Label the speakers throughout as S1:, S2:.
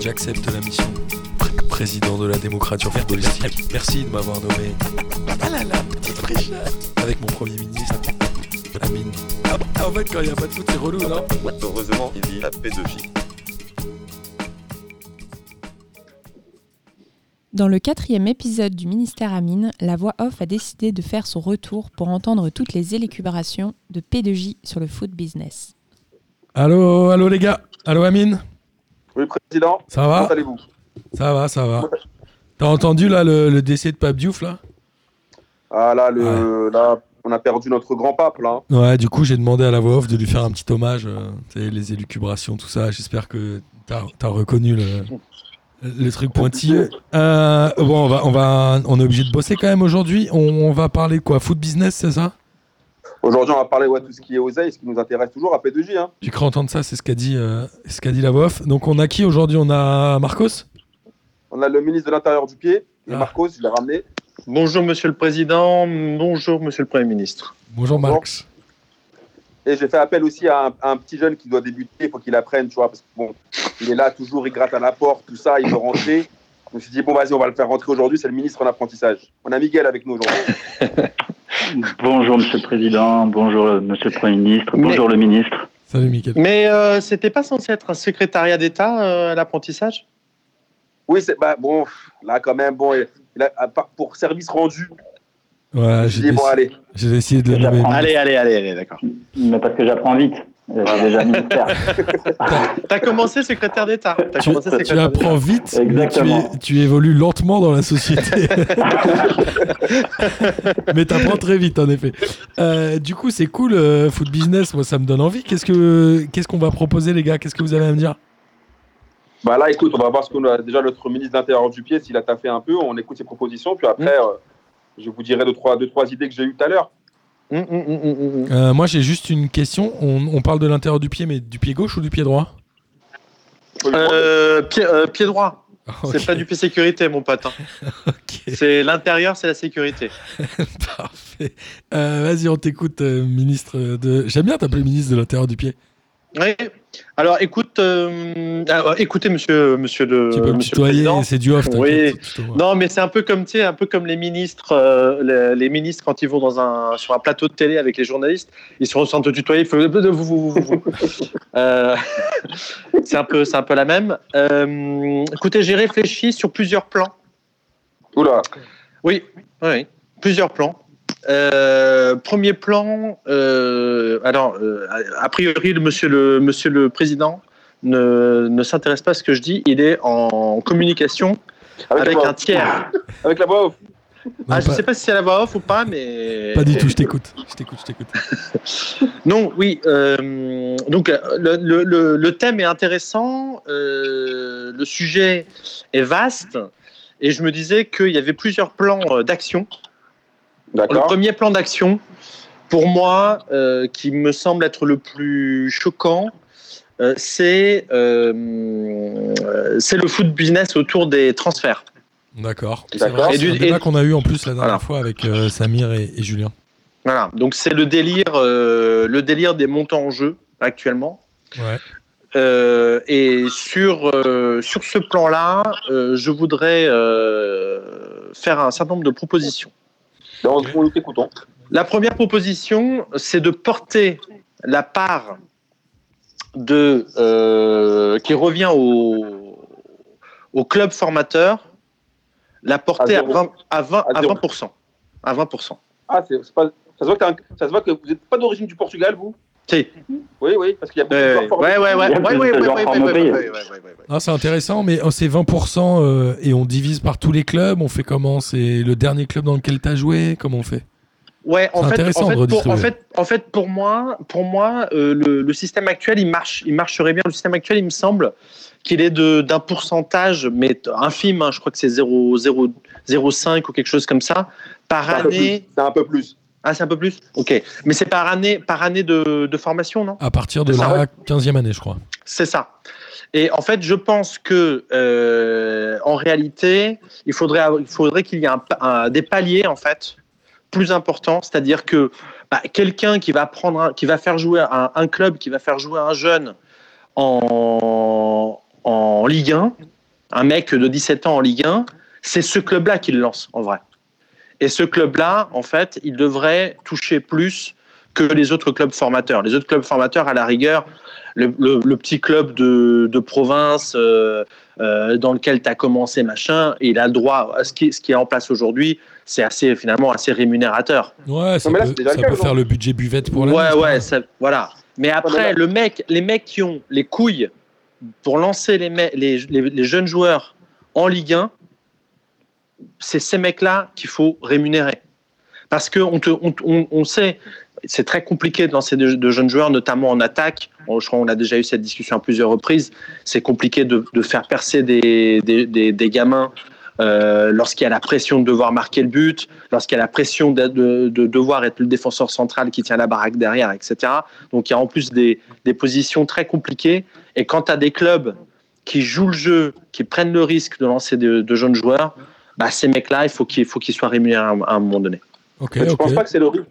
S1: J'accepte la mission. Président de la démocratie footballistique. Merci de m'avoir nommé. Ah là là, Avec mon premier ministre, Amine. Ah, en fait, quand il n'y a pas de foot, c'est relou, non
S2: Heureusement, il vit la pédophilie.
S3: Dans le quatrième épisode du Ministère à Mine, la voix off a décidé de faire son retour pour entendre toutes les élucubrations de P2J sur le foot business.
S4: Allô, allô les gars. Allô Amine.
S2: Oui, président.
S4: Ça va
S2: Comment allez-vous
S4: Ça va, ça va. T'as entendu là le, le décès de Pape Diouf là
S2: Ah là, le, là, on a perdu notre grand pape là.
S4: Ouais, du coup j'ai demandé à la voix off de lui faire un petit hommage. euh, tu sais, les élucubrations, tout ça. J'espère que t'as as reconnu le, le truc pointilleux. Euh, bon, on va, on va, on est obligé de bosser quand même aujourd'hui. On, on va parler de quoi Foot business, c'est ça
S2: Aujourd'hui, on va parler ouais, de tout ce qui est oseille, ce qui nous intéresse toujours à P2J. Hein.
S4: J'ai cru entendre ça. C'est ce qu'a dit, euh, ce qu'a dit la voix off. Donc on a qui aujourd'hui On a Marcos.
S2: On a le ministre de l'Intérieur du pied, et
S4: Ah.
S2: Marcos, je l'ai ramené.
S5: Bonjour Monsieur le Président, bonjour Monsieur le Premier ministre.
S4: Bonjour Marx.
S2: Et j'ai fait appel aussi à un, à un petit jeune qui doit débuter, il faut qu'il apprenne, tu vois, parce que bon, il est là toujours, il gratte à la porte, tout ça, il veut rentrer. Je me suis dit, bon, vas-y, on va le faire rentrer aujourd'hui, c'est le ministre en apprentissage. On a Miguel avec nous aujourd'hui.
S6: Bonjour Monsieur le Président, bonjour euh, Monsieur le Premier ministre,
S5: Mais-
S6: bonjour le ministre.
S4: Salut Mickaël.
S5: Mais euh, c'était pas censé être un secrétariat d'État euh, à l'apprentissage
S2: Oui, c'est bah, bon, là quand même, bon, il, il a, à part pour service rendu,
S4: Ouais,
S2: je
S4: Ah, j'ai
S2: dis, bon,
S4: déci-
S2: allez,
S4: j'ai décidé de le nommer.
S6: J'apprends.
S5: Allez, allez, allez, allez, d'accord.
S6: Mais parce que j'apprends vite, Euh, j'ai déjà ministère.
S5: T'as commencé secrétaire d'État. T'as
S4: Tu,
S5: commencé
S4: tu
S5: secrétaire d'État.
S4: apprends vite, mais tu,
S6: Exactement.
S4: é- tu évolues lentement dans la société. mais tu apprends très vite, en effet. Euh, du coup, c'est cool, euh, Food Business, moi, ça me donne envie. Qu'est-ce que qu'est-ce qu'on va proposer, les gars Qu'est-ce que vous avez à me dire
S2: Bah là, écoute, on va voir ce qu'on a déjà notre ministre de l'Intérieur du pied, s'il a taffé un peu, on écoute ses propositions, puis après, euh, je vous dirai deux trois, deux, trois idées que j'ai eues tout à l'heure.
S5: Mm, mm, mm, mm, mm.
S4: Euh, Moi, j'ai juste une question. On, on parle de l'intérieur du pied, mais du pied gauche ou du pied droit
S2: Faut lui demander.
S5: Euh, pied, euh, pied droit,
S4: Ok,
S5: c'est pas du pied sécurité, mon pote. hein.
S4: ok,
S5: C'est l'intérieur, c'est la sécurité.
S4: parfait. Euh, Vas-y, on t'écoute, euh, ministre de... J'aime bien t'appeler ministre de l'intérieur du pied.
S5: Oui. Alors, écoute, euh, alors, écoutez, Monsieur, Monsieur le,
S4: tu peux me
S5: monsieur
S4: tutoyer,
S5: le Président.
S4: c'est du off. t'inquiète, c'est tutoie.
S5: Non, mais c'est un peu comme, tu sais, un peu comme les ministres, euh, les, les ministres quand ils vont dans un, sur un plateau de télé avec les journalistes, ils se ressentent tutoyer. ils font vous, vous, vous, vous. Euh, c'est un peu, c'est un peu la même. Euh, écoutez, j'ai réfléchi sur plusieurs plans.
S2: Oula,
S5: Oui, oui, oui. plusieurs plans. Euh, premier plan, euh, alors, euh, a- a priori, le monsieur le, monsieur le président ne, ne s'intéresse pas à ce que je dis. Il est en communication
S2: avec, la
S5: avec
S2: voix,
S5: un tiers.
S2: avec la voix off.
S4: Non,
S5: Ah, je
S4: pas-
S5: sais pas si c'est à la voix off ou pas, mais.
S4: Pas du tout, je t'écoute. Je t'écoute, je t'écoute.
S5: Non, oui. euh, donc, euh, le, le- le- le thème est intéressant, euh, le sujet est vaste, et je me disais qu'il y avait plusieurs plans euh, d'action. Le
S2: D'accord.
S5: premier plan d'action, pour moi, euh, qui me semble être le plus choquant, euh, c'est euh, euh, c'est le foot business autour des transferts.
S4: D'accord. C'est
S2: D'accord.
S4: vrai,
S5: Et
S4: C'est un
S5: du-
S4: débat
S5: et-
S4: qu'on a eu en plus la dernière
S5: Voilà.
S4: fois avec euh, Samir et, et Julien.
S5: Voilà. Donc, c'est le délire, euh, le délire des montants en jeu actuellement.
S4: Ouais.
S5: Euh, et sur, euh, sur ce plan-là, euh, je voudrais euh, faire un certain nombre de propositions.
S2: Donc, on nous t'écoutons.
S5: La première proposition, c'est de porter la part de, euh, qui revient au, au club formateur, la porter
S2: À
S5: à,
S2: zéro.
S5: 20, à, 20,
S2: À
S5: à
S2: zéro.
S5: 20%. À 20%.
S2: Ah, c'est c'est pas. Ça se, voit que t'as un- ça se voit que vous n'êtes pas d'origine du Portugal, vous
S5: Si.
S2: Oui, oui, parce qu'il y a beaucoup de
S5: Euh, Ouais,
S2: joueurs formés.
S5: ouais, ouais, ouais, ouais,
S6: Il y a
S5: ouais,
S6: plus
S5: ouais,
S6: de
S5: ouais,
S6: gens
S5: ouais,
S6: formés.
S5: ouais, ouais, ouais, ouais, ouais.
S4: Non, c'est intéressant, mais euh, c'est 20% euh, et on divise par tous les clubs. On fait comment C'est le dernier club dans lequel tu as joué Comment on fait
S5: Ouais, en
S4: C'est
S5: fait,
S4: intéressant
S5: en, fait,
S4: de
S5: pour, en,
S4: redistribuer.
S5: fait, en fait, pour moi, pour moi euh, le, le système actuel, il marche, il marcherait bien. Le système actuel, il me semble qu'il est de- d'un pourcentage, mais t- infime, hein, je crois que c'est 0, 0, 0,5 ou quelque chose comme ça, par
S2: C'est un peu plus.
S5: année.
S2: C'est un peu plus.
S5: Ah, c'est un peu plus Ok. Mais c'est par année, par année de, de formation, non
S4: À partir de
S5: C'est ça,
S4: la 15e année, je crois.
S5: C'est ça. Et en fait, je pense que euh, en réalité, il faudrait, avoir- il faudrait qu'il y ait un pa- un- des paliers en fait plus importants, c'est-à-dire que bah, quelqu'un qui va prendre, un- qui va faire jouer un, un club, qui va faire jouer un jeune en, en Ligue 1, un mec de 17 ans en Ligue 1, c'est ce club-là qui le lance, en vrai. Et ce club-là, en fait, il devrait toucher plus que les autres clubs formateurs. Les autres clubs formateurs, à la rigueur, le, le- le petit club de, de province euh, euh, dans lequel tu as commencé, machin, il a le droit à ce qui, ce qui est en place aujourd'hui, c'est assez, finalement, assez rémunérateur.
S4: Ouais, ça
S2: mais là,
S4: peut,
S2: c'est déjà
S4: ça
S2: le cas,
S4: peut faire
S2: genre.
S4: le budget buvette pour la
S5: Ouais,
S4: liste,
S5: ouais,
S4: hein.
S5: ça- voilà. Mais
S2: mais
S5: après,
S2: là-
S5: le mec, les mecs qui ont les couilles pour lancer les, me- les, les- les jeunes joueurs en Ligue 1, c'est ces mecs-là qu'il faut rémunérer. Parce qu'on on, on, on sait, c'est très compliqué de lancer de, de jeunes joueurs, notamment en attaque. Bon, je crois qu'on a déjà eu cette discussion à plusieurs reprises. C'est compliqué de, de faire percer des, des, des- des gamins euh, lorsqu'il y a la pression de devoir marquer le but lorsqu'il y a la pression de, de- de devoir être le défenseur central qui tient la baraque derrière, etc. Donc il y a en plus des, des positions très compliquées. Et quand tu as des clubs qui jouent le jeu, qui prennent le risque de lancer de, de jeunes joueurs, bah, ces mecs-là, il faut qu'ils faut qu'ils soient rémunérés à un, à un moment donné.
S4: Ok,
S2: Je ne
S4: ok.
S2: pense pas que c'est le risque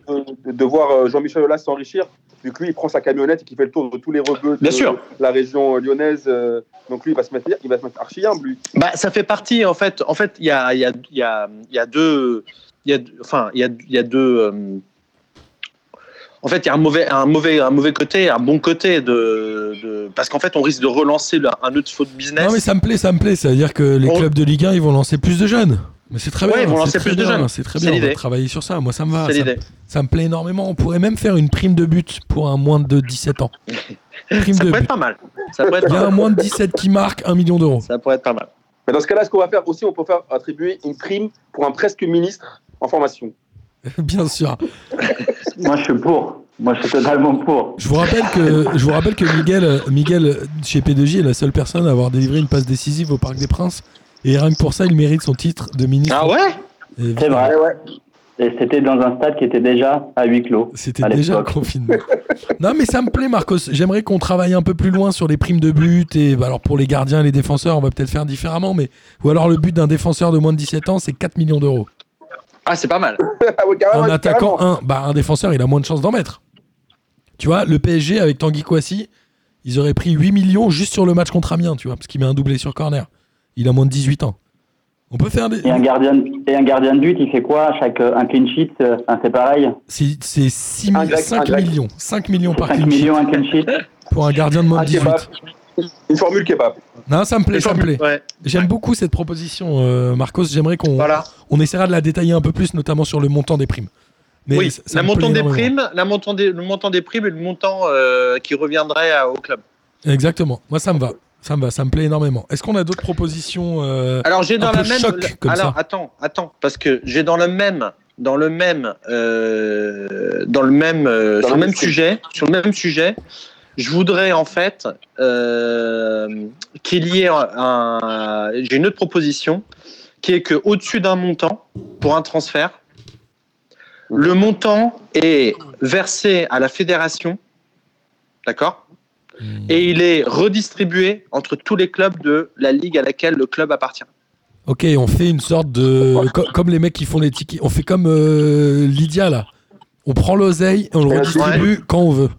S2: de, de voir euh, Jean-Michel Aulas s'enrichir, vu que lui, il prend sa camionnette et qu'il fait le tour de tous les rebeux de
S5: Bien sûr.
S2: la région euh, lyonnaise. euh, donc lui, il va se mettre, il va se mettre archi humble, lui.
S5: Bah, ça fait partie, en fait. En fait, il y a, il y, a, il y, a, il y a deux. il Y a, enfin, il y a, il y a deux. euh, en fait, il y a un mauvais, un, mauvais, un mauvais côté, un bon côté. De, de- parce qu'en fait, on risque de relancer le- un autre faux de business.
S4: Non, mais ça me plaît, ça me plaît. C'est-à-dire que les
S5: On-
S4: clubs de Ligue 1, ils vont lancer plus de jeunes. Mais c'est très
S5: Oh. Ouais,
S4: bien.
S5: ils vont
S4: c'est
S5: lancer
S4: très
S5: plus de
S4: bien,
S5: jeunes.
S4: C'est très
S5: C'est
S4: bien. On va
S5: l'idée.
S4: travailler sur ça. Moi, ça me va.
S5: C'est
S4: Ça,
S5: l'idée.
S4: ça me plaît énormément. On pourrait même faire une prime de but pour un moins de 17 ans. Prime
S5: Ça
S4: de
S5: pourrait
S4: but.
S5: être pas mal. Ça pourrait être
S4: Il y
S5: pas
S4: a un
S5: mal.
S4: moins de 17 qui marque 1 million d'euros.
S5: Ça pourrait être pas mal.
S2: Mais dans ce cas-là, ce qu'on va faire aussi, on peut faire attribuer une prime pour un presque ministre en formation.
S4: Bien sûr.
S6: Moi, je suis pour. Moi, je suis totalement pour.
S4: Je vous rappelle que, je vous rappelle que Miguel, euh, Miguel euh, chez P2J est la seule personne à avoir délivré une passe décisive au Parc des Princes. Et rien que pour ça, il mérite son titre de ministre.
S5: Ah ouais
S4: Et
S6: C'est
S4: voilà.
S6: vrai, ouais. Et c'était dans un stade qui était déjà à huis clos.
S4: C'était
S6: À
S4: déjà le
S6: l'époque.
S4: confinement. non, mais ça me plaît, Marcos. J'aimerais qu'on travaille un peu plus loin sur les primes de but. Et bah, alors, pour les gardiens et les défenseurs, on va peut-être faire différemment. mais Ou alors, le but d'un défenseur de moins de 17 ans, c'est 4 millions d'euros.
S5: Ah, c'est pas mal.
S2: Ah ouais, carrément,
S4: En attaquant
S2: carrément.
S4: un, bah, un défenseur, il a moins de chances d'en mettre. Tu vois, le PSG avec Tanguy Kouassi, ils auraient pris 8 millions juste sur le match contre Amiens, tu vois, parce qu'il met un doublé sur corner. Il a moins de 18 ans. On peut faire des.
S6: Et un gardien, et un gardien de but, il fait quoi à Chaque euh, un clean sheet, euh, un c'est pareil.
S4: C'est c'est six mi-
S2: Un grec, un
S4: 5
S2: grec.
S4: millions. 5 millions par
S6: 5
S4: clean sheet
S6: millions un clean sheet.
S4: pour un gardien de moins de
S2: Un kebab.
S4: 18.
S2: Une formule kebab.
S4: Non, ça me plaît, ça me plaît.
S5: Ouais,
S4: J'aime beaucoup cette proposition, euh, Marcos. J'aimerais qu'on
S5: voilà.
S4: on essaiera de la détailler un peu plus, notamment sur le montant des primes. Mais
S5: oui,
S4: ça- ça
S5: la
S4: me
S5: montant
S4: plaît
S5: des
S4: énormément.
S5: primes, la montant des, le montant des primes et le montant euh, qui reviendrait à- au club.
S4: Exactement. Moi, ça me va. Ça me va. Ça me plaît énormément. Est-ce qu'on a d'autres propositions euh,
S5: Alors j'ai dans
S4: peu
S5: la même.
S4: choc, comme ça.
S5: alors attends, attends, parce que j'ai dans le même, dans le même, euh, dans le même, euh,
S2: Dans
S5: sur
S2: le
S5: le
S2: même
S5: même sujet, sur le même sujet, je voudrais en fait euh, qu'il y ait un. J'ai une autre proposition qui est que au-dessus d'un montant pour un transfert, le montant est versé à la fédération, d'accord
S4: hmm,
S5: et il est redistribué entre tous les clubs de la ligue à laquelle le club appartient.
S4: Ok, on fait une sorte de co- comme les mecs qui font les tickets. On fait comme euh, Lydia là. On prend l'oseille et on le
S2: Ouais.
S4: redistribue quand on veut.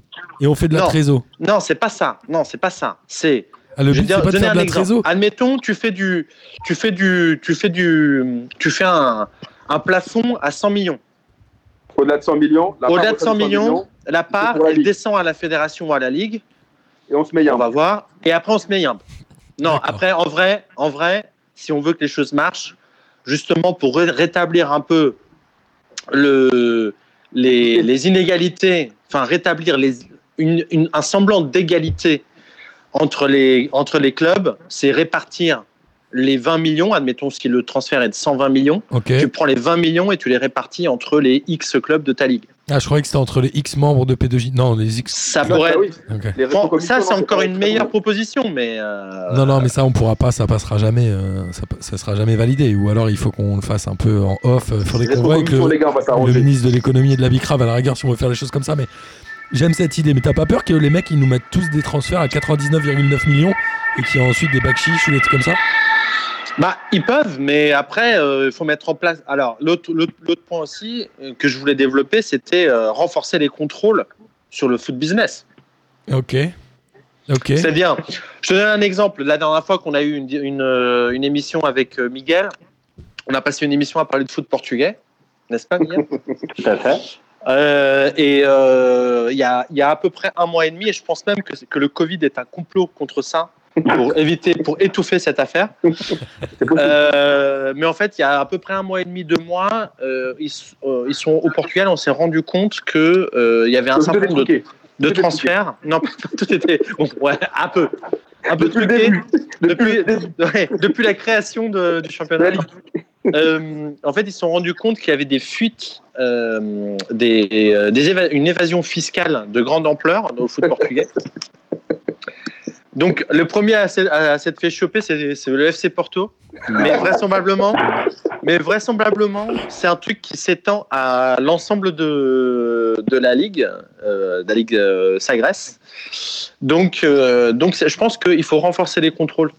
S4: Et on fait de la
S5: Non.
S4: trésor.
S5: Non, c'est pas ça. Non, c'est pas ça. C'est
S4: Ah, le
S5: je vais
S4: but, c'est
S5: dire-
S4: pas de
S5: donner
S4: faire
S5: un
S4: de la
S5: exemple.
S4: trésor.
S5: Admettons, tu fais du, tu fais du, tu fais du, tu fais un, un plafond à 100 millions.
S2: Au-delà de 100 millions. la
S5: Au-delà
S2: part
S5: de 100 millions, la part,
S2: pour la
S5: elle
S2: ligue.
S5: descend à la fédération ou à la ligue.
S2: Et on se met
S5: On
S2: un.
S5: va voir. Et après, on se met yimbe. Non,
S4: D'accord.
S5: après, en vrai, en vrai, si on veut que les choses marchent, justement pour ré- rétablir un peu le, les, les inégalités, enfin rétablir les, une, une- un semblant d'égalité entre les, entre les clubs, c'est répartir les 20 millions, admettons si le transfert est de 120 millions,
S4: Ok.
S5: tu prends les 20 millions et tu les répartis entre les X clubs de ta ligue.
S4: Ah, je croyais que c'était entre les X membres de P2J. Non, les X.
S5: Ça
S2: Ah,
S5: pourrait...
S2: bah oui,
S4: Ok.
S2: les
S5: Bon,
S2: rétro-commissions,
S5: ça,
S2: non,
S5: c'est encore
S2: pas-
S5: une meilleure proposition, mais... euh,
S4: Non, non, mais ça, on pourra pas, ça passera jamais, euh, ça, pa- ça sera jamais validé. Ou alors, il faut qu'on le fasse un peu en off. euh, Il faudrait
S2: Les
S4: qu'on voie avec
S2: rétro-commissions,
S4: le,
S2: les gars, on va
S4: le
S2: s'arranger.
S4: ministre de l'économie et de la bicrave à la rigueur si on veut faire les choses comme ça. Mais j'aime cette idée. Mais t'as pas peur que les mecs, ils nous mettent tous des transferts à 99,9 millions et qu'il y ait ensuite des bacs chiches ou des trucs comme ça
S5: Bah, ils peuvent, mais après, euh, il faut mettre en place. Alors, l'autre l'autre- l'autre point aussi euh, que je voulais développer, c'était euh, renforcer les contrôles sur le foot business.
S4: Ok. Ok.
S5: C'est bien. Je te donne un exemple. La dernière fois qu'on a eu une, une, euh, une émission avec euh, Miguel, on a passé une émission à parler de foot portugais, n'est-ce pas, Miguel
S6: Tout à fait.
S5: Euh, Et euh, il y, a, il y a à peu près un mois et demi, et je pense même que, que le Covid est un complot contre ça pour éviter, pour étouffer cette affaire. Euh, mais en fait, il y a à peu près un mois et demi, deux mois, euh, ils, s- euh, ils sont au Portugal. On s'est rendu compte que euh, il y avait un
S2: Tout
S5: certain
S2: est
S5: nombre de,
S2: truqué.
S5: de
S2: tout est
S5: transferts. Non, pas- tout était bon, ouais, un peu, un peu
S2: Depuis le
S5: truqué.
S2: début.
S5: Depuis, ouais, depuis la création de- du championnat.
S2: La Ligue.
S5: Euh, en fait, ils se sont rendus compte qu'il y avait des fuites, euh, des, euh, des éva- une évasion fiscale de grande ampleur au foot portugais. Donc, le premier à s'être à s'être fait choper, c'est c'est le FC Porto. Mais vraisemblablement, mais vraisemblablement c'est un truc qui s'étend à l'ensemble de, de la Ligue, euh, de la Ligue euh, Sagres. Donc, euh, donc c'est- je pense qu'il faut renforcer les contrôles.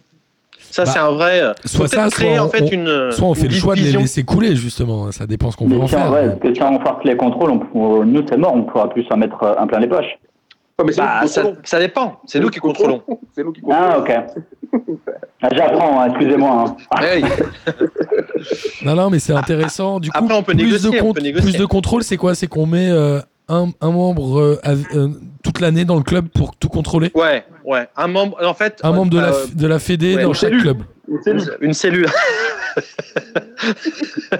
S5: Ça,
S4: Bah,
S5: c'est un vrai. faut
S4: Soit
S5: peut-être
S4: ça,
S5: créer
S4: soit
S5: en
S4: on,
S5: fait une.
S4: soit on fait
S5: une
S4: le choix de les
S5: division.
S4: laisser couler, justement. Ça dépend ce qu'on veut
S6: Mais
S4: en
S6: si
S4: faire. hein.
S6: on, ouais, parce que si on renforce les contrôles, on, pour- nous c'est mort, on pourra plus s'en mettre euh, un plein les poches.
S2: Ouais, mais c'est nous
S5: Bah,
S2: qui
S5: ça,
S2: contrôlons.
S5: ça dépend. C'est
S2: C'est
S5: nous qui contrôlons.
S2: C'est nous qui contrôlons.
S6: Ah ok. Ah, J'apprends, hein, excusez-moi. hein. Ah,
S5: Ouais, ouais.
S4: Non, non, mais c'est intéressant. Du coup,
S5: Ah, Après, on peut
S4: plus,
S5: négocier,
S4: de
S5: on
S4: con-
S5: peut négocier.
S4: plus de contrôle, c'est quoi C'est qu'on met euh, un, un membre euh, av- euh, toute l'année dans le club pour tout contrôler
S5: ouais, ouais. Un membre, en fait.
S4: Un membre de la,
S5: euh,
S4: f- de la Fédé
S5: ouais,
S4: dans
S5: une
S4: chaque
S2: cellule.
S4: club.
S2: C'est nous.
S5: une cellule.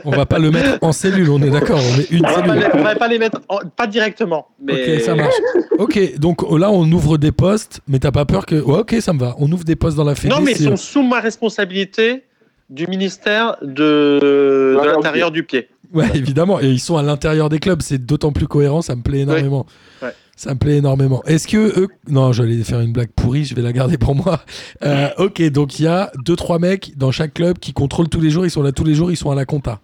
S4: On va pas le mettre en cellule, on est d'accord. On met une
S5: On va pas,
S4: cellule.
S5: les- on va pas les mettre, en- pas directement, mais
S4: Ok, ça marche. Ok, donc oh, là, on ouvre des postes, mais t'as pas peur que. Ouais, ok, ça me va. On ouvre des postes dans la Fédé.
S5: non, mais ils
S4: c'est-
S5: sont sous ma responsabilité du ministère de, de
S2: l'intérieur
S5: l'intérieur du pied.
S4: Ouais, évidemment. Et ils sont à l'intérieur des clubs. C'est d'autant plus cohérent. Ça me plaît énormément.
S5: Ouais.
S4: Ça me plaît énormément. Est-ce que eux. Non, j'allais faire une blague pourrie. Je vais la garder pour moi. Euh, ok, donc il y a deux, trois mecs dans chaque club qui contrôlent tous les jours. Ils sont là tous les jours. Ils sont à la compta.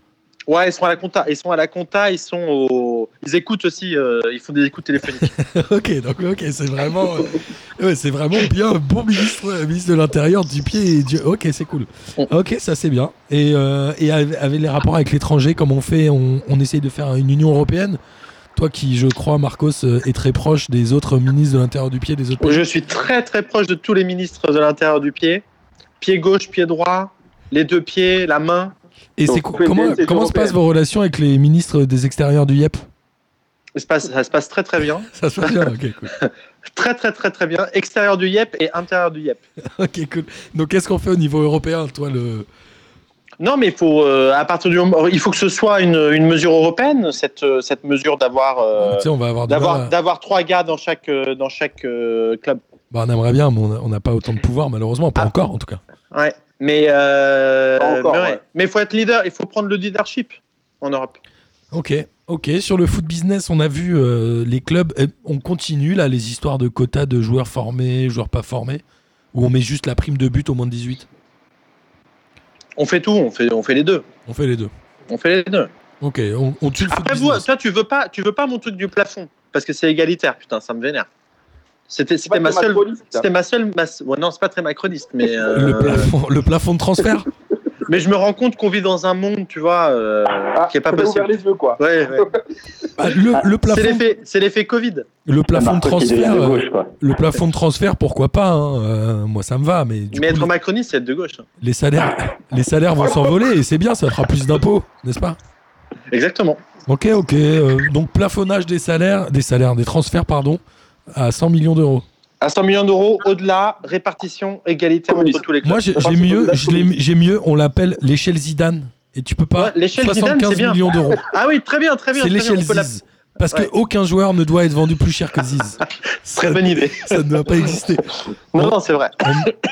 S5: Ouais, ils sont à la compta, ils sont à la compta, ils sont au, ils écoutent aussi, euh, ils font des écoutes téléphoniques.
S4: ok, donc ok, c'est vraiment. euh, ouais, c'est vraiment bien. Bon ministre, euh, ministre de l'Intérieur du pied. Et du... Ok, c'est cool. Ok, ça c'est bien. Et, euh, et avec avec les rapports avec l'étranger, comme on fait, on, on essaye de faire une Union européenne. Toi qui, je crois, Marcos, euh, est très proche des autres ministres de l'Intérieur du pied des autres pays.
S5: Je suis très très proche de tous les ministres de l'intérieur du pied, pied gauche, pied droit, les deux pieds, la main.
S4: Et c'est
S2: Donc,
S4: co-
S2: PNL,
S4: comment,
S2: c'est
S4: comment se
S2: européenne.
S4: passent vos relations avec les ministres des extérieurs du YEP
S5: Ça se passe, ça se passe très très bien.
S4: Ça se passe bien, ok, cool.
S5: Très très très très bien. Extérieur du YEP et intérieur du YEP.
S4: Ok, cool. Donc qu'est-ce qu'on fait au niveau européen, toi le...
S5: Non, mais il faut, euh, à partir du moment, il faut que ce soit une, une mesure européenne, cette, euh, cette mesure d'avoir, euh,
S4: Tu sais, on va avoir du mal à-
S5: d'avoir, d'avoir trois gars dans chaque, euh, dans chaque euh, club.
S4: Bah, on aimerait bien, mais on a- on n'a pas autant de pouvoir, malheureusement. Pas
S5: Ah.
S4: encore, en tout cas.
S5: Ouais. Mais, euh,
S2: Pas encore,
S5: mais
S2: ouais.
S5: il faut être leader, il faut prendre le leadership en Europe.
S4: Ok, ok. Sur le foot business, on a vu euh, les clubs. euh, on continue, là, les histoires de quotas de joueurs formés, joueurs pas formés, où on met juste la prime de but au moins de 18.
S5: On fait tout, on fait, on fait les deux.
S4: On fait les deux.
S5: On fait les deux.
S4: Ok, on, on tue le foot
S5: Après vous,
S4: business.
S5: toi tu veux pas, tu veux pas mon truc du plafond parce que c'est égalitaire. Putain, ça me vénère. C'était,
S2: C'est pas
S5: c'était ma
S2: très
S5: seule,
S2: macroniste, hein. ça.
S5: C'était ma seule. Ma... ouais, non, c'est pas très macroniste, mais, euh,
S4: Le, plafond, le plafond de transfert
S5: mais je me rends compte qu'on vit dans un monde, tu vois, euh,
S2: Ah,
S5: qui est pas
S2: t'as ouvert
S5: possible.
S2: les yeux, quoi.
S5: Ouais, ouais.
S4: Bah, le, le
S5: C'est
S4: plafond,
S5: l'effet- C'est l'effet Covid.
S4: le plafond de
S6: Marcos Ah, qui est
S4: transfert,
S6: de
S4: euh,
S6: gauche quoi.
S4: le plafond de transfert, pourquoi pas hein, euh, Moi, ça me va, mais du
S5: mais
S4: coup,
S5: être macroniste, c'est être de gauche. hein.
S4: les salaires, les salaires vont s'envoler et c'est bien, ça fera plus d'impôts, n'est-ce pas
S5: Exactement.
S4: Ok, ok. euh, donc plafonnage des salaires, des salaires, des transferts, pardon, à 100 millions d'euros.
S5: À 100 millions d'euros, au-delà, répartition égalitaire
S2: Communiste.
S5: entre tous les clubs.
S4: Moi, j'ai
S2: Parce
S4: j'ai
S2: que
S4: mieux,
S2: la
S4: je l'ai- j'ai mieux. On l'appelle l'échelle Zidane. Et tu peux pas.
S5: Ouais, l'échelle Zidane,
S4: 75
S5: c'est bien.
S4: millions d'euros.
S5: Ah oui, très bien, très bien.
S4: C'est
S5: très bien,
S4: l'échelle
S5: on peut la-
S4: Ziz. Parce
S5: Ouais.
S4: que aucun joueur ne doit être vendu plus cher que Ziz.
S5: Très bonne idée.
S4: Ça ne doit pas exister.
S5: Non, non, c'est vrai.